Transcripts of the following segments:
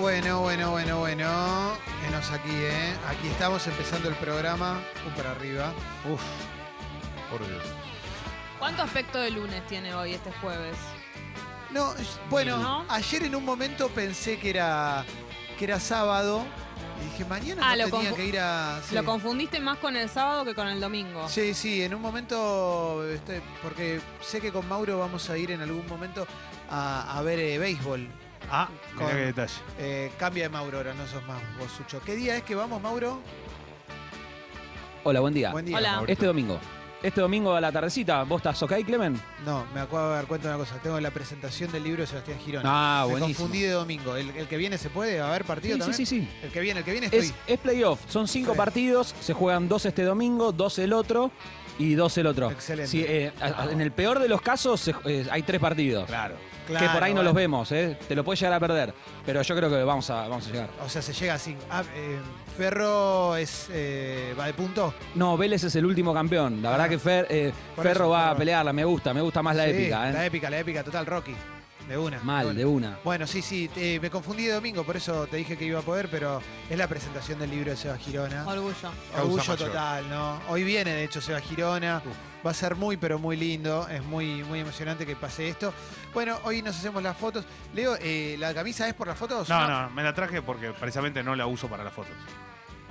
Bueno, bueno, bueno, bueno. Venos aquí, ¿eh? Aquí estamos empezando el programa. Un para arriba. Uf, por Dios. ¿Cuánto aspecto de lunes tiene hoy este jueves? No, es- bueno, ¿No? ayer en un momento pensé que era, que era sábado. Y dije, mañana Ah, no lo tenía confu- que ir a. sí. Lo confundiste más con el sábado que con el domingo. Sí, sí, en un momento, este, porque sé que con Mauro vamos a ir en algún momento a, a ver eh, béisbol. Ah, mirá Con- qué detalle. Eh, cambia de Mauro ahora, no sos más vos, Sucho. ¿Qué día es que vamos, Mauro? Hola, buen día. Buen día. Hola. Maurito. Este domingo. Este domingo a la tardecita. ¿Vos estás ok, Clemen? No, me acabo de dar cuenta de una cosa. Tengo la presentación del libro de Sebastián Girón. Ah, me buenísimo. confundí de domingo. ¿El, el que viene se puede? ¿Va a haber partido Sí, sí, también? sí, sí. El que viene, el que viene estoy. Es, es playoff. Son cinco Sí. partidos. Se juegan dos este domingo, dos el otro y dos el otro. Excelente. Sí, eh, a- a- en el peor de los casos se ju- eh, hay tres partidos. Claro. Claro, que por ahí no los bueno. vemos, ¿eh? Te lo puedes llegar a perder. Pero yo creo que vamos a, vamos a llegar. O sea, se llega a cinco. Ah, eh, Ferro es, eh, va de punto. No, Vélez es el último campeón. La Ah. verdad que Fer- eh, Por Ferro eso, va a Ferro. pelearla. Me gusta, me gusta más la Sí, épica, ¿eh? La épica, la épica, total, Rocky. De una. Mal, de una. Bueno, sí, sí, te- me confundí de domingo, por eso te dije que iba a poder, pero es la presentación del libro de Seba Girona. Orgullo. Causa Orgullo mayor. total, ¿no? Hoy viene, de hecho, Seba Girona. Uf. Va a ser muy, pero muy lindo. Es muy, muy emocionante que pase esto. Bueno, hoy nos hacemos las fotos. Leo, eh, ¿la camisa es por las fotos? No, no, me la traje porque precisamente no la uso para las fotos.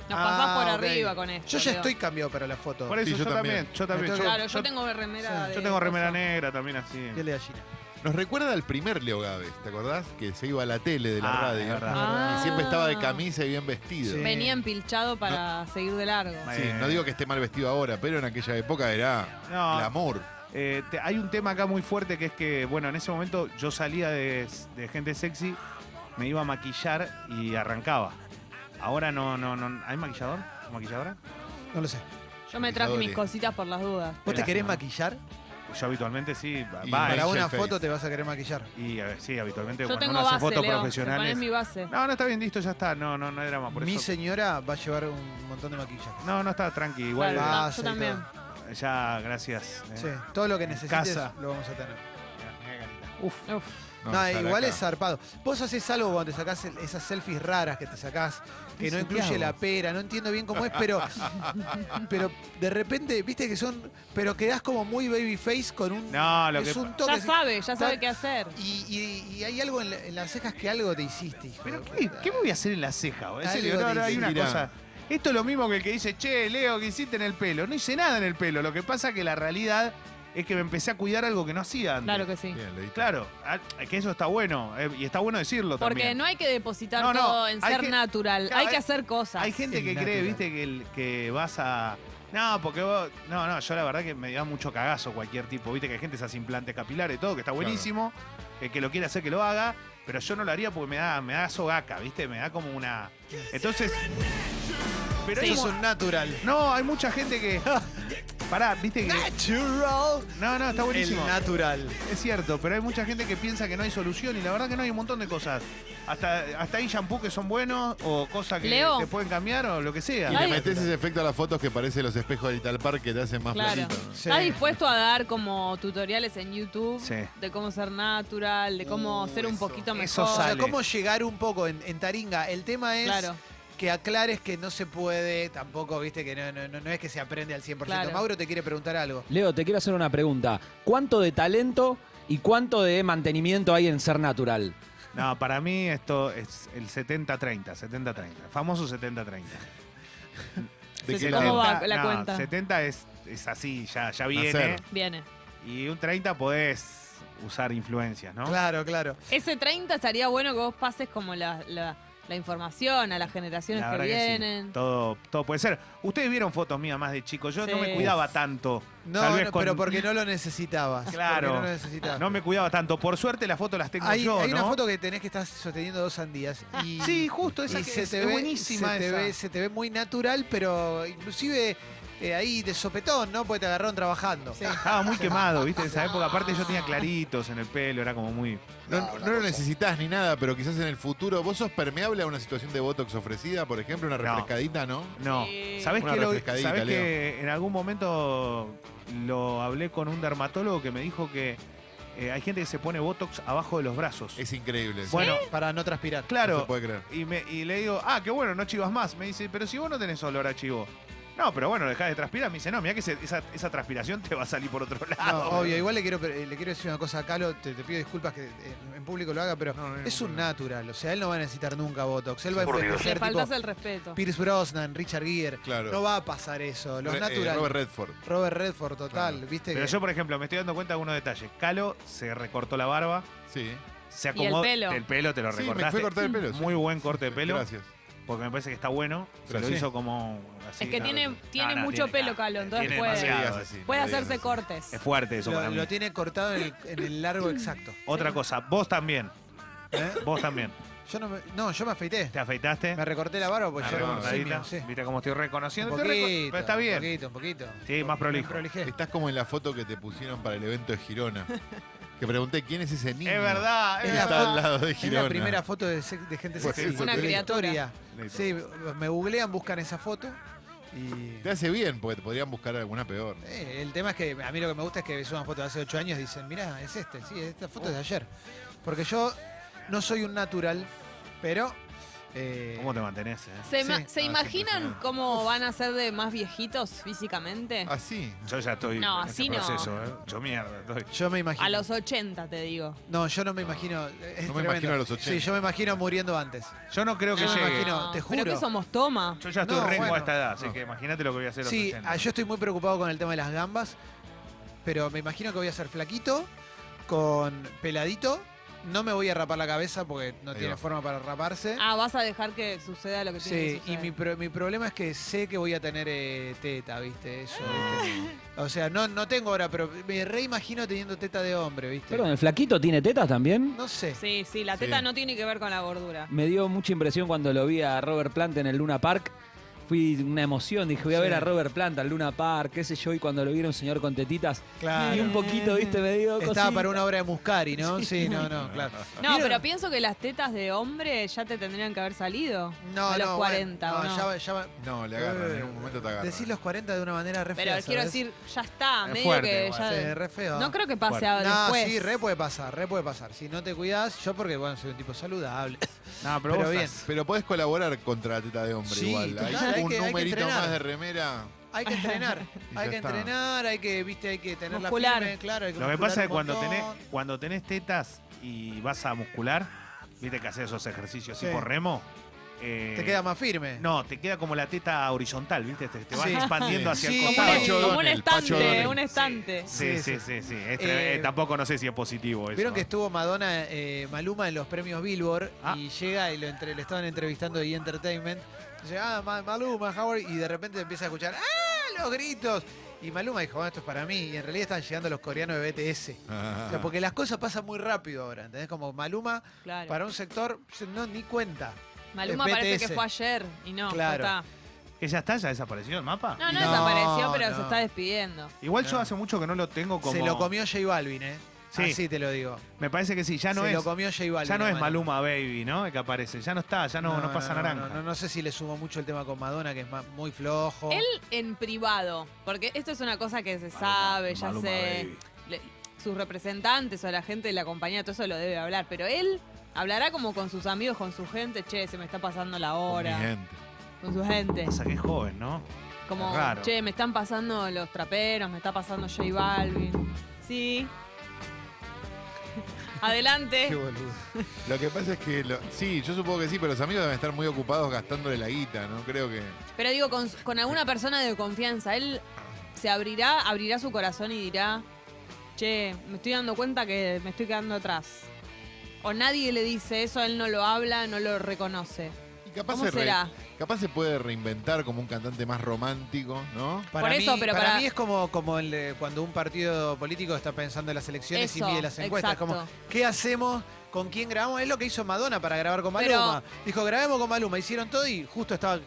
Nos pasás por Ah, ok. arriba con esto. Yo ya Leo. estoy cambiado para las fotos. Por eso Sí, yo, yo también. también. yo también. Entonces, Claro, yo yo- tengo remera. sí, de yo tengo remera cosa. negra también así. Piel de gallina. Nos recuerda al primer Leo Gávez, ¿te acordás? Que se iba a la tele de la Ah, es radio. verdad. Ah. Y siempre estaba de camisa y bien vestido. Sí. Sí. Venía empilchado para seguir de largo. no digo que esté mal vestido ahora, pero en aquella época era No. glamour. Eh, te- hay un tema acá muy fuerte que es que, bueno, en ese momento yo salía de, de gente sexy, me iba a maquillar y arrancaba. Ahora no, no, no. ¿Hay maquillador? ¿O ¿Maquilladora? No lo sé. Yo me traje mis Maquilladores. cositas por las dudas. ¿Vos te Lástima, querés ¿no? maquillar? Yo habitualmente sí, Y va. Para Michelle una Pfeiffer. foto te vas a querer maquillar. Y a ver, sí, habitualmente Yo cuando tengo uno hace base, fotos Leo. Me profesionales. pones mi base. No, no está bien listo, ya está. No, no, no era más por Mi eso. señora va a llevar un montón de maquillaje. No, no está tranqui. Igual Claro, Base yo y también. todo. ya, gracias. eh. Sí, todo lo que En necesites casa. lo vamos a tener. Uf. Uf. No, No, Saraca. igual es zarpado. Vos haces algo cuando te sacás el- esas selfies raras que te sacás, que no Dicen, incluye ¿qué hago? la pera, no entiendo bien cómo es, pero, pero de repente, viste que son, pero quedás como muy baby face con un, No, lo es que- un toque. Ya así. sabe, ya sabe Tal- qué hacer. Y, y- y hay algo en, la- en las cejas que algo te hiciste, hijo ¿Pero de qué, puta. qué voy a hacer en la ceja? boludo? En Algo serio, no, no, hay difícil. una Mirá. cosa. Esto es lo mismo que el que dice, che, Leo, que hiciste en el pelo? No hice nada en el pelo. Lo que pasa que la realidad es que me empecé a cuidar algo que no hacía antes. Claro que sí. Bien, Leito. Claro, ah, que eso está bueno. eh, y está bueno decirlo Porque también. no hay que depositar No, no, todo en hay ser que- natural. Claro, hay que hay- hacer cosas. Hay gente El que cree, natural. viste, que, el- que vas a. No, porque vos. No, no, yo la verdad que me da mucho cagazo cualquier tipo. Viste que hay gente que se hace implantes capilares y todo, que está buenísimo. El que lo quiere hacer que lo haga. Pero yo no lo haría porque me da, me da sogaca, viste, me da como una. Entonces. Pero hay Sos mu- un natural. No, hay mucha gente que. Pará, viste que. Natural. No, no, está buenísimo. El natural. Es cierto, pero hay mucha gente que piensa que no hay solución y la verdad que no hay un montón de cosas. Hasta, hasta hay shampoo que son buenos o cosas que Leo. te pueden cambiar o lo que sea. Y le Ay. metés ese efecto a las fotos que parece los espejos del Talpar que te hacen más Claro. flaquito, ¿no? Sí. ¿Estás dispuesto a dar como tutoriales en YouTube Sí. de cómo ser natural, de cómo Uh, ser un eso- poquito eso mejor? O sea, sale. ¿cómo llegar un poco en, en Taringa? El tema es Claro. que aclares que no se puede, tampoco, viste, que no, no- no- no es que se aprende al 100%. Claro. Mauro te quiere preguntar algo. Leo, te quiero hacer una pregunta. ¿Cuánto de talento y cuánto de mantenimiento hay en ser natural? No, para mí esto es el 70-30, 70-30. Famoso 70-30. ¿De Sí, sí, qué ¿cómo lado? va la cuenta? 70 es, es así, ya, ya viene. Nacer. Viene. Y un 30 podés usar influencias, ¿no? Claro, claro. Ese 30 estaría bueno que vos pases como la, la- la información a las generaciones La que verdad que sí. vienen. Todo, todo puede ser. Ustedes vieron fotos mías más de chico. Yo no Sí. me cuidaba tanto. No, Tal vez no, con- pero porque no lo necesitabas. Claro. Porque no lo necesitabas. No me cuidaba tanto. Por suerte las fotos las tengo hay yo, hay ¿no? una foto que tenés que estar sosteniendo dos sandías. Y, Sí, justo, esa y que se es, te es ve, buenísima se te, esa. ve, se te ve muy natural, pero inclusive eh, ahí de sopetón, ¿no? Porque te agarraron trabajando. Estaba muy quemado, ¿viste? En esa época, aparte yo tenía claritos en el pelo, era como muy... No, no lo necesitas ni nada, pero quizás en el futuro. ¿Vos sos permeable a una situación de Botox ofrecida, por ejemplo? ¿Una No. refrescadita, no? No, Sí. ¿sabés, Una que, lo- refrescadita, sabés Leo. que en algún momento lo hablé con un dermatólogo que me dijo que eh, hay gente que se pone Botox abajo de los brazos. Es increíble. eso. Bueno, Para no transpirar. No claro. se puede creer. Y, me- y le digo, ah, qué bueno, no chivas más. Me dice, pero si vos no tenés olor a chivo. No, pero bueno, dejás de transpirar. Me dice, no, mira que ese- esa, esa transpiración te va a salir por otro No, lado. obvio, igual le quiero, eh, le quiero decir una cosa a Calo, te, te pido disculpas que eh, en público lo haga, pero No, no hay es ningún un problema. natural, o sea, él no va a necesitar nunca Botox, él va a Por Dios. envejecer Le tipo faltas el respeto. Pierce Brosnan, Richard Gere, Claro. no va a pasar eso, los Re- eh, natural, Robert Robert, Redford. Redford, total, Claro. viste Pero que- yo, por ejemplo, me estoy dando cuenta de unos detalles. Calo se recortó la barba, Sí. se el acomodó. pelo. El pelo te lo Sí, me fue a recortaste. cortar el pelo. sí. Muy buen corte de pelo. Gracias. Porque me parece que está bueno. Se lo Gracias. hizo como así. Es que no, tiene- no, tiene no, mucho pelo, nada. Calo, entonces Tiene puede- No demasiado. digas así, no Puede digas hacerse así. cortes. Es fuerte eso para lo, mí. lo tiene cortado en el, en el largo exacto. Otra cosa, vos también. ¿eh? Vos también. Yo no, me, no, yo me afeité, ¿Te afeitaste? me recorté la barba porque Una yo era un simio, recortadita. sí. ¿Viste cómo estoy reconociendo? Un Estoy reco- poquito, pero está bien. Un poquito, un poquito. Sí, más Me prolijo. prolijé. Estás como en la foto que te pusieron para el evento de Girona. Que pregunté quién es ese niño. Es verdad, es Es que la verdad. está foto- al lado de Es Girona. la primera foto de, sex- de gente Pues sexy. eso, Una de la criatura. historia. Listo. Sí, me googlean, buscan esa foto y... Te hace bien, porque te podrían buscar alguna peor. Eh, el tema es que a mí lo que me gusta es que suban fotos de hace 8 años y dicen, mirá, es este, sí, esta foto es de ayer. Porque yo no soy un natural, pero... eh, ¿Cómo te mantenés? eh? ¿Se, ima- Sí. ¿se Ah, imaginan siempre. cómo van a ser de más viejitos físicamente? Así. Yo ya estoy No, en ese así no. proceso, ¿eh? Yo mierda, estoy. Yo me imagino... A los 80, te digo. No, yo no me imagino... es No me tremendo. imagino a los 80. Sí, yo me imagino muriendo antes. Yo no creo que No, llegue. imagino- te juro. Pero que somos toma. Yo ya estoy No, rengo bueno. a esta edad, así No. que imagínate lo que voy a hacer a los Sí, 80. ah, yo estoy muy preocupado con el tema de las gambas, pero me imagino que voy a ser flaquito, con peladito. No me voy a rapar la cabeza porque no Ahí tiene va. forma para raparse. ¿Eh? Ah, vas a dejar que suceda lo que tiene Sí, que y mi, suceder. pro- mi problema es que sé que voy a tener eh, teta, ¿viste? Eso, Ah. ¿viste? O sea, no, no tengo ahora, pero me reimagino teniendo teta de hombre, ¿viste? Perdón, ¿el flaquito tiene tetas también? No sé. Sí, sí, la Sí. teta no tiene que ver con la gordura. Me dio mucha impresión cuando lo vi a Robert Plant en el Luna Park. Fui una emoción, dije, voy a Sí. ver a Robert Plant al Luna Park, qué sé yo, y cuando lo vi era un señor con tetitas, y un Claro. poquito, viste, me dio Estaba para cosita. una obra de Muscari, ¿no? Sí, no, no, claro. No, ¿Vieron? pero pienso que las tetas de hombre ya te tendrían que haber salido. No, a los no, bueno, 40, no, ¿o no? ya va- ya va- No, le Eh, agarran. En un momento te agarran. Decís los 40 de una manera re Pero fea, quiero ¿sabes? decir, ya está, Es medio fuerte, que igual. ya. Sí, re feo. No creo que pase Fuerte. ahora No, después. sí, re puede pasar, re puede pasar. Si no te cuidas, yo porque, bueno, soy un tipo saludable. No, pero, pero vos bien. estás- Pero podés colaborar contra la teta de hombre Sí, igual. total, hay hay un que- hay que numerito entrenar. más de remera. Hay que entrenar, Y hay ya que está. entrenar, hay que, viste, hay que tener Muscular. la firme, claro. hay Lo que muscular pasa es un que cuando montón. tenés, cuando tenés tetas y vas a muscular, viste que haces esos ejercicios Sí. tipo remo. Eh, Te queda más firme. No, te queda como la teta horizontal, viste, te, te vas Sí. expandiendo Sí. hacia Sí. el Como, un- costado. Pacho como un Donel, Pacho estante, Donel. un estante. Sí, sí, Sí, sí, sí. Es tre- Eh, eh, tampoco no sé si es positivo eso. Vieron que ¿eh? estuvo Madonna, eh, Maluma en los premios Billboard Ah. y llega y lo entre- le estaban entrevistando de E! Entertainment. Dice, ah, Ma- Maluma, Howard, y de repente empieza a escuchar, ¡ah! los gritos. Y Maluma dijo, "Bueno, esto es para mí. Y en realidad están llegando los coreanos de BTS. O Ah. sea, porque las cosas pasan muy rápido ahora, ¿entendés? Como Maluma, Claro. para un sector, se- no, ni cuenta. Maluma es parece BTS. que fue ayer y no, Claro. ya está. ¿Que ya está? ¿Ya desapareció el mapa? No, No, no, desapareció, pero no. se está despidiendo. Igual yo No. hace mucho que no lo tengo como. Se lo comió J Balvin, ¿eh? Sí. Así te lo digo. Me parece que sí, ya no se es. lo comió J Balvin. Ya no a es Maluma Baby, ¿no? El que aparece. Ya no está, ya no, no, pasa naranja. No, no, no sé si le sumo mucho el tema con Madonna, que es ma- muy flojo. Él en privado, porque esto es una cosa que se sabe, ya Maluma sé. Baby. le- sus representantes o la gente de la compañía, todo eso lo debe hablar, pero él hablará como con sus amigos, con su gente, che, se me está pasando la hora, con su gente. Pasa que es joven, ¿no? Como, Raro. che, me están pasando los traperos, me está pasando J Balvin. Sí. Qué Adelante. boludo. Lo que pasa es que. lo- sí, yo supongo que sí, pero los amigos deben estar muy ocupados gastándole la guita, ¿no? Creo que. Pero digo, con, con alguna persona de confianza, él se abrirá, abrirá su corazón y dirá, che, me estoy dando cuenta que me estoy quedando atrás. O nadie le dice eso, él no lo habla, no lo reconoce. Y capaz ¿Cómo se re- será? capaz se puede reinventar como un cantante más romántico, ¿no? Para eso, mí, pero para, para- mí es como, como el, eh, cuando un partido político está pensando en las elecciones Eso, y mide las encuestas. exacto. Como, ¿qué hacemos? ¿Con quién grabamos? Es lo que hizo Madonna para grabar con Maluma. Dijo, grabemos con Maluma. Hicieron todo y justo estaba.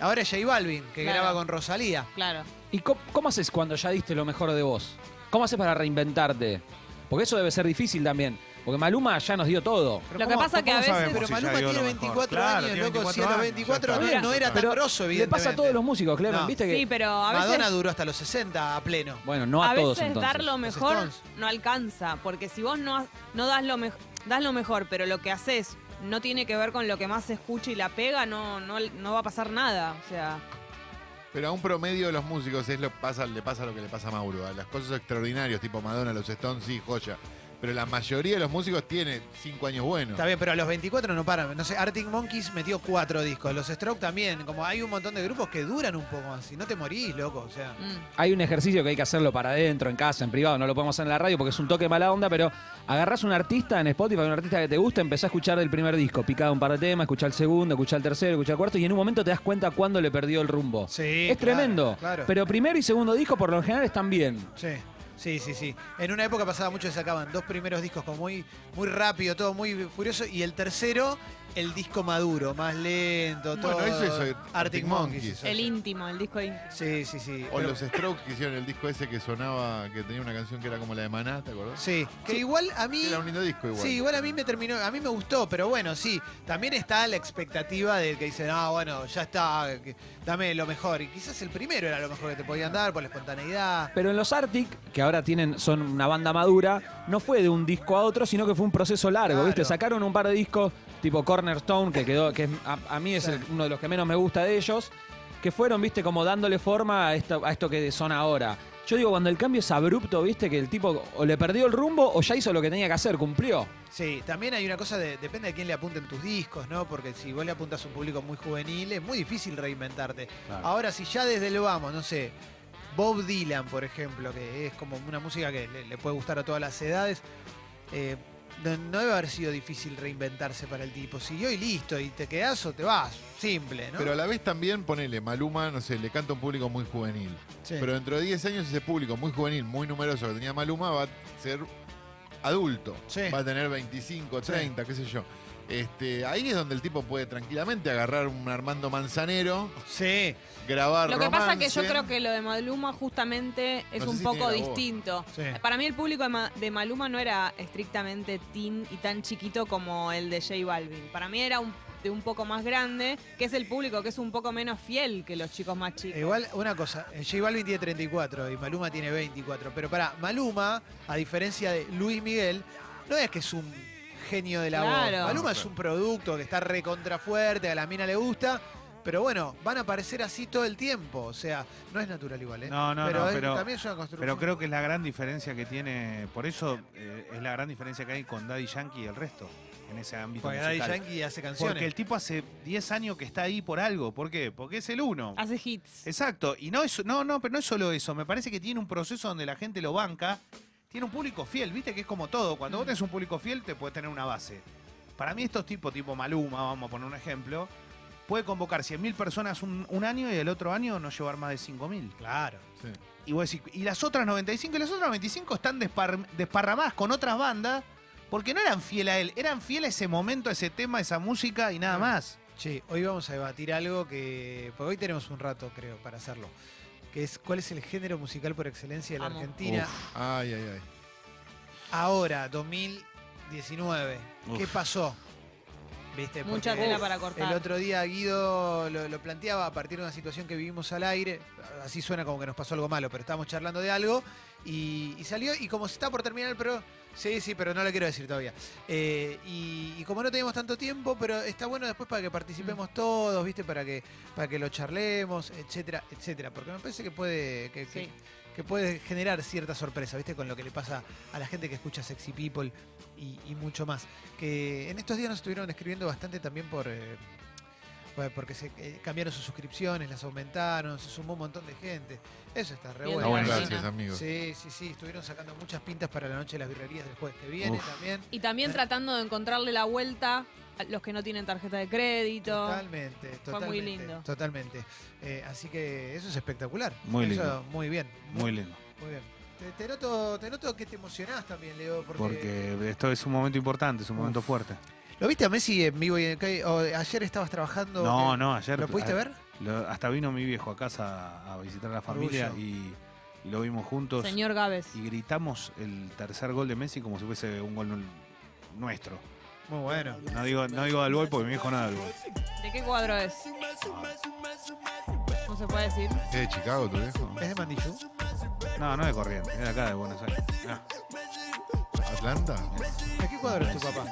Ahora es J Balvin, que Claro. graba con Rosalía. Claro. ¿Y cómo, cómo haces cuando ya diste lo mejor de vos? ¿Cómo haces para reinventarte? Porque eso debe ser difícil también. Porque Maluma ya nos dio todo. Pero Lo que ¿cómo- pasa que cómo a veces- sabemos Pero si ya Maluma dio tiene lo mejor? 24 Claro, años, tiene loco. si 24 a los años, ya 24 está. no, no era tan Pero grosso, Le evidentemente. pasa a todos los músicos, Clemen, No. viste que. Sí, pero a veces, Madonna duró hasta los 60 a pleno. Bueno, no a, a todos veces entonces. dar lo Los mejor Stones. no alcanza, porque si vos no, ha- no das, lo mej- das lo mejor, pero lo que haces no tiene que ver con lo que más se escucha y la pega, no, no, no va a pasar nada. O sea, Pero a un promedio de los músicos es lo pasa, le pasa lo que le pasa a Mauro. A las cosas extraordinarias, tipo Madonna, los Stones, sí, joya. Pero la mayoría de los músicos tiene cinco años buenos. Está bien, pero a los 24 no paran. No sé, Arctic Monkeys metió cuatro discos. Los Stroke también. Como hay un montón de grupos que duran un poco más. Y no te morís, loco. O sea, mm. Hay un ejercicio que hay que hacerlo para adentro, en casa, en privado, no lo podemos hacer en la radio porque es un toque mala onda, pero agarrás un artista en Spotify, un artista que te gusta, empezás a escuchar el primer disco, picado un par de temas, escuchar el segundo, escuchar el tercero, escuchar el cuarto, y en un momento te das cuenta cuándo le perdió el rumbo. Sí, es claro, tremendo. claro. Pero primero y segundo disco por lo general están bien. sí. Sí, sí, sí. En una época pasaba mucho que sacaban dos primeros discos como muy, muy rápido, todo muy furioso. Y el tercero, el disco maduro, más lento, todo. Bueno, eso es Arctic Monkeys. eso el es. íntimo, el disco íntimo. Sí, sí, sí. O Pero- los Strokes que hicieron el disco ese que sonaba, que tenía una canción que era como la de Maná, ¿te acordás? Sí. Que igual a mí. Era un lindo disco igual. Sí, igual a mí me terminó, a mí me gustó, pero bueno, sí, también está la expectativa del que dice, no, bueno, ya está, que- dame lo mejor. Y quizás el primero era lo mejor que te podían dar por la espontaneidad. Pero en los Arctic, que ahora tienen, son una banda madura, no fue de un disco a otro, sino que fue un proceso largo, Claro. ¿viste? Sacaron un par de discos tipo Cornerstone, que quedó, que es- a, a mí es Sí. el- uno de los que menos me gusta de ellos, que fueron, viste, como dándole forma a esto, a esto que son ahora. Yo digo, cuando el cambio es abrupto, viste, que el tipo o le perdió el rumbo o ya hizo lo que tenía que hacer, cumplió. Sí, también hay una cosa de, depende de quién le apunten tus discos, ¿no? Porque si vos le apuntas a un público muy juvenil, es muy difícil reinventarte. Ahora, si ya desde el vamos, no sé, Bob Dylan, por ejemplo, que es como una música que le, le puede gustar a todas las edades, eh, no, no debe haber sido difícil reinventarse para el tipo. Siguió y listo, y te quedás o te vas, simple, ¿no? Pero a la vez también, ponele, Maluma, no sé, le canta a un público muy juvenil. Sí. Pero dentro de 10 años ese público muy juvenil, muy numeroso que tenía Maluma va a ser adulto. Sí. Va a tener 25, 30, qué sé yo. Este, ahí es donde el tipo puede tranquilamente agarrar un Armando Manzanero, Sí, grabar Lo que pasa es que yo romance. creo que lo de Maluma justamente es No sé un si poco tiene la voz. distinto. sí. Para mí el público de Ma- de Maluma no era estrictamente teen y tan chiquito como el de J Balvin. Para mí era un, de un poco más grande, que es el público que es un poco menos fiel que los chicos más chicos. Igual, una cosa, eh, J Balvin tiene 34 y Maluma tiene 24. Pero para Maluma, a diferencia de Luis Miguel, no es que es un genio de la Claro. voz. Maluma es un producto que está recontrafuerte, a la mina le gusta. Pero bueno, van a aparecer así todo el tiempo. O sea, no es natural igual, ¿eh? No, no, pero, no, es- pero- también es una construcción. Pero creo que es la gran diferencia que tiene. Por eso eh, es la gran diferencia que hay con Daddy Yankee y el resto en ese ámbito Porque Daddy musical. Yankee hace canciones. Porque el tipo hace 10 años que está ahí por algo. ¿Por qué? Porque es el uno. Hace Eh, hits. Exacto. Y no, es, no, no, pero no es solo eso. Me parece que tiene un proceso donde la gente lo banca. Tiene un público fiel, viste que es como todo. Mm. Cuando vos tenés un público fiel, te puedes tener una base. Para mí, estos tipos, tipo Maluma, vamos a poner un ejemplo, puede convocar 100.000 personas un, un año y el otro año no llevar más de 5.000. Claro. Sí. Y vos decís, y las otras 95, y las otras 95 están despar- desparramadas con otras bandas, porque no eran fiel a él, eran fiel a ese momento, a ese tema, a esa música y Mm. nada más. Che, hoy vamos a debatir algo que. Porque hoy tenemos un rato, creo, para hacerlo. Que es cuál es el género musical por excelencia de la Amo. Argentina. Uf, Ay, ay, ay. Ahora, 2019. ¿Qué pasó? ¿Viste? Porque Mucha tela para cortar. El otro día Guido lo, lo planteaba a partir de una situación que vivimos al aire. Así suena como que nos pasó algo malo, pero estábamos charlando de algo. Y, y salió, y como se está por terminar el pro. Sí, sí, pero no lo quiero decir todavía. Eh, y, y como no tenemos tanto tiempo, pero está bueno después para que participemos Mm. todos, ¿viste? Para que, para que lo charlemos, etcétera, etcétera. Porque me parece que puede, que, que- Sí. que puede generar cierta sorpresa, ¿viste? Con lo que le pasa a la gente que escucha Sexy People y, y mucho más. Que en estos días nos estuvieron escribiendo bastante también por. eh, por- porque se eh, cambiaron sus suscripciones, las aumentaron, se sumó un montón de gente. Eso está re Bien, bueno. Ah, bueno, Argentina. gracias, amigos. Sí, sí, sí, estuvieron sacando muchas pintas para la noche de las birrerías del jueves que viene Uf. también. Y también tratando de encontrarle la vuelta a los que no tienen tarjeta de crédito. Totalmente, totalmente. muy lindo. Totalmente. Eh, así que eso es espectacular. Muy Eso, lindo. Muy bien. Muy lindo. Muy bien. Te, te noto, te noto que te emocionás también, Leo, porque... Porque esto es un momento importante, es un momento fuerte. ¿Lo viste a Messi en vivo y en calle? O ayer estabas trabajando? No, que- no, ayer. ¿Lo pudiste a- ver? lo- hasta vino mi viejo a casa a visitar a la familia y, y lo vimos juntos. Señor Gávez. Y gritamos el tercer gol de Messi como si fuese un gol nul- nuestro. Muy bueno. No digo, no digo Dalboy porque mi viejo no Dalboy. ¿De qué cuadro es? No se puede decir. ¿Es de Eh, Chicago tu viejo? ¿Es de Mandillú? No, no de corriente, es de acá de Buenos Aires. Ah, ¿Atlanta? ¿A qué cuadro es tu papá?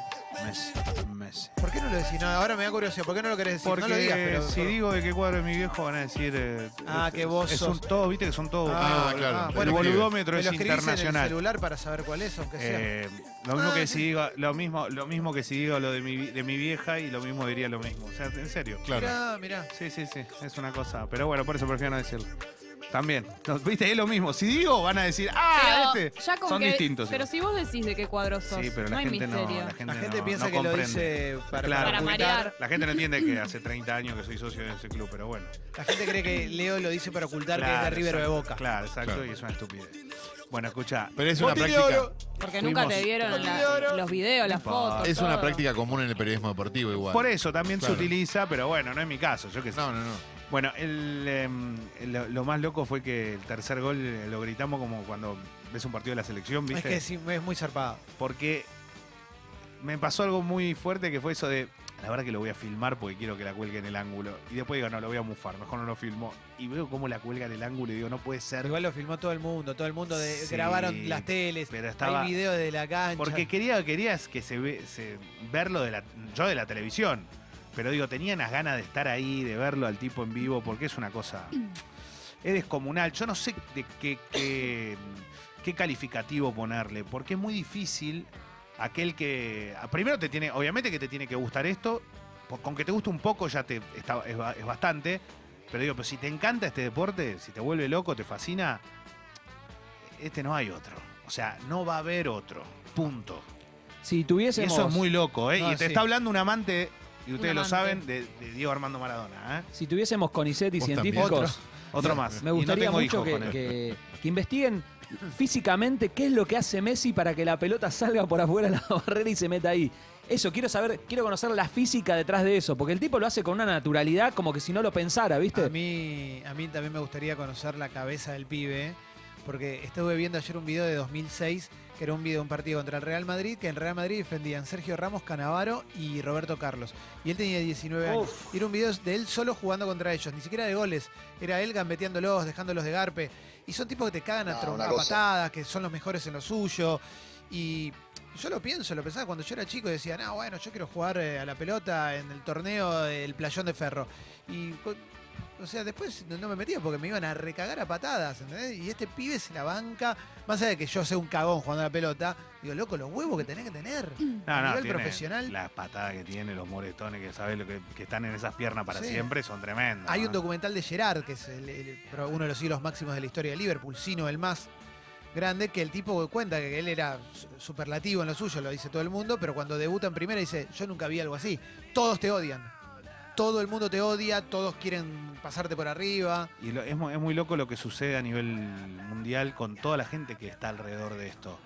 Messi, Messi. ¿Por qué no lo decís? No, ahora me da curiosidad. ¿Por qué no lo querés decir? Porque no lo digas, pero. si digo de qué cuadro es mi viejo van a decir. eh, Ah, es- que vos es un sos. todo, viste que son todos. Ah, boludo. claro. El bueno, boludómetro me es lo escribís en el internacional. celular para saber cuál es, aunque sea. Eh, lo mismo Ah, que sí. si digo, lo mismo, lo mismo que si digo lo de mi, vi- de mi vieja y lo mismo diría lo mismo. O sea, en serio. Claro. Mirá, mirá. Sí, sí, sí, es una cosa. Pero bueno, por eso prefiero no decirlo. También. No, Viste, es lo mismo. Si digo, van a decir, ah, Pero este. ya con Son que- distintos. Pero igual. si vos decís de qué cuadro sos, sí, pero la no hay gente no. misterio. La gente, La gente no- piensa no que lo comprende. dice para, Claro. Para marear. La gente no entiende que hace 30 años que soy socio de ese club, pero bueno. La gente cree que Leo lo dice para ocultar que es de Claro, River o de exacto. Boca. Claro, exacto, Claro. y es una estupidez. Bueno, escucha. Pero es una Botín de práctica. oro. Porque nunca Fuimos- te vieron en la- los videos, las importa. fotos. Es una todo. práctica común en el periodismo deportivo igual. Por eso también Claro. se utiliza, pero bueno, no es mi caso, yo qué sé. No, no, no. Bueno, el, em, lo, lo más loco fue que el tercer gol eh, lo gritamos como cuando ves un partido de la selección, Es ¿viste? que sí, es muy zarpado. Porque me pasó algo muy fuerte que fue eso de, la verdad que lo voy a filmar porque quiero que la cuelgue en el ángulo. Y después digo, no, lo voy a mufar, mejor no lo filmo. Y veo cómo la cuelga en el ángulo y digo, no puede ser. Igual lo filmó todo el mundo, todo el mundo de- Sí, grabaron las teles, pero estaba- hay videos de la cancha. Porque quería, querías que se, ve, se- verlo de la, yo de la televisión. Pero digo, tenía unas ganas de estar ahí, de verlo al tipo en vivo, porque es una cosa. Es descomunal. Yo no sé de qué, qué, qué calificativo ponerle, porque es muy difícil aquel que. Primero te tiene. Obviamente que te tiene que gustar esto. po- Con que te guste un poco ya te está- es, ba- es bastante. Pero digo, pero si te encanta este deporte, si te vuelve loco, te fascina, este no hay otro. O sea, no va a haber otro. Punto. Si Y tuviésemos. eso es muy loco, ¿eh? Ah, y te sí. está hablando un amante, y ustedes Un lo amante. saben, de, de Diego Armando Maradona, ¿eh? Si tuviésemos CONICET y Vos también. científicos, Otro más. me Y no gustaría tengo mucho hijos que, con él. que- que investiguen físicamente qué es lo que hace Messi para que la pelota salga por afuera de la barrera y se meta ahí. Eso, quiero saber, quiero conocer la física detrás de eso, porque el tipo lo hace con una naturalidad como que si no lo pensara, ¿viste? A mí, a mí también me gustaría conocer la cabeza del pibe, porque estuve viendo ayer un video de 2006, que era un video de un partido contra el Real Madrid, que en Real Madrid defendían Sergio Ramos, Canavaro y Roberto Carlos. Y él tenía 19 años. Y era un video de él solo jugando contra ellos, ni siquiera de goles. Era él gambeteándolos, dejándolos de garpe. Y son tipos que te cagan a, No, trom- una a cosa. patadas, que son los mejores en lo suyo. Y yo lo pienso, lo pensaba cuando yo era chico y decía, no, bueno, yo quiero jugar eh, a la pelota en el torneo del playón de ferro. Y, co- o sea, después no no me metía porque me iban a recagar a patadas, ¿entendés? Y este pibe se la banca, más allá de que yo sea un cagón jugando a la pelota, digo, loco, los huevos que tenés que tener. No, a no, nivel tiene profesional. Las patadas que tiene, los moretones que sabes lo que, que están en esas piernas para Sí. siempre son tremendos. Hay ¿no? un documental de Gerard, que es el- el- pro- uno de los siglos máximos de la historia de Liverpool, sino el más grande, que el tipo cuenta que él era su- superlativo en lo suyo, lo dice todo el mundo, pero cuando debuta en primera dice, yo nunca vi algo así. Todos te odian. Todo el mundo te odia, todos quieren pasarte por arriba. Y lo- es, mu- es muy loco lo que sucede a nivel mundial con toda la gente que está alrededor de esto.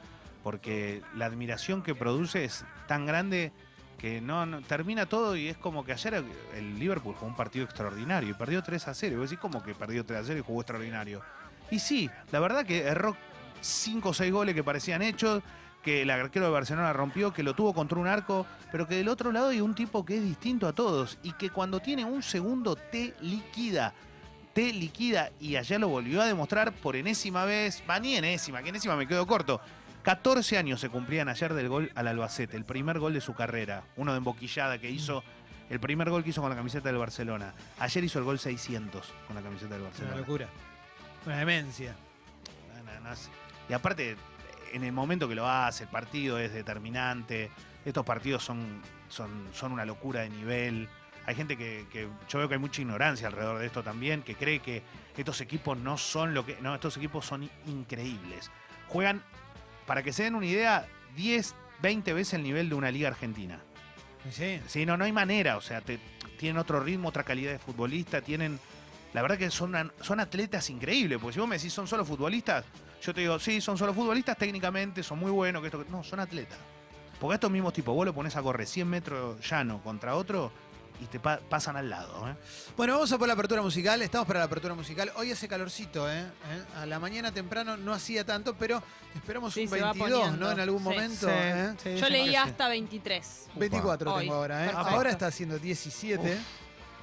Porque la admiración que produce es tan grande que no, no- termina todo y es como que ayer el Liverpool jugó un partido extraordinario y perdió 3 a 0. Y vos decís, ¿cómo que perdió 3 a 0 y jugó extraordinario? Y sí, la verdad que erró 5 o 6 goles que parecían hechos, que el arquero de Barcelona rompió, que lo tuvo contra un arco, pero que del otro lado hay un tipo que es distinto a todos y que cuando tiene un segundo te liquida te liquida y allá lo volvió a demostrar por enésima vez, va ni enésima, que enésima me quedo corto. 14 años se cumplían ayer del gol al Albacete, el primer gol de su carrera, uno de emboquillada que hizo, el primer gol que hizo con la camiseta del Barcelona. Ayer hizo el gol 600 con la camiseta Es del una Barcelona. locura. Una demencia. No, no, no es- Y aparte, en el momento que lo hace, el partido es determinante. Estos partidos son, son, son una locura de nivel. Hay gente que, que- Yo veo que hay mucha ignorancia alrededor de esto también, que cree que estos equipos no son lo que. No, estos equipos son increíbles. Juegan, para que se den una idea, 10, 20 veces el nivel de una liga argentina. Sí. Sí, no, no hay manera. O sea, te- tienen otro ritmo, otra calidad de futbolista, tienen. La verdad que son, an- son atletas increíbles, porque si vos me decís son solo futbolistas, yo te digo, sí, son solo futbolistas técnicamente, son muy buenos, que esto. que-". No, son atletas. Porque estos mismos tipos, vos lo pones a correr 100 metros llano contra otro, y te pa- pasan al lado. ¿eh? Bueno, vamos a por la apertura musical. Estamos para la apertura musical. Hoy hace calorcito, ¿eh? ¿Eh? A la mañana temprano no hacía tanto, pero esperamos Sí, un se va 22, poniendo. ¿no? En algún Sí. momento. Sí. ¿eh? Sí, Yo sí, leí sí. hasta 23. 24 Hoy. tengo ahora, ¿eh? Perfecto. Ahora está haciendo 17.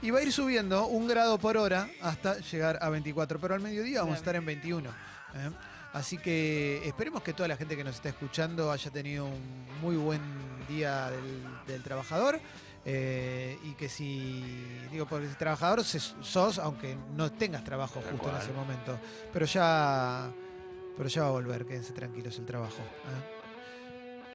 Y va a ir subiendo un grado por hora hasta llegar a 24. Pero al mediodía vamos a Bien. estar en 21. ¿eh? Así que esperemos que toda la gente que nos está escuchando haya tenido un muy buen día del, del trabajador. eh, y que si, digo, por el trabajador se- sos, aunque no tengas trabajo Tal justo en cual. ese momento. Pero ya, pero ya va a volver, quédense tranquilos el trabajo. ¿eh?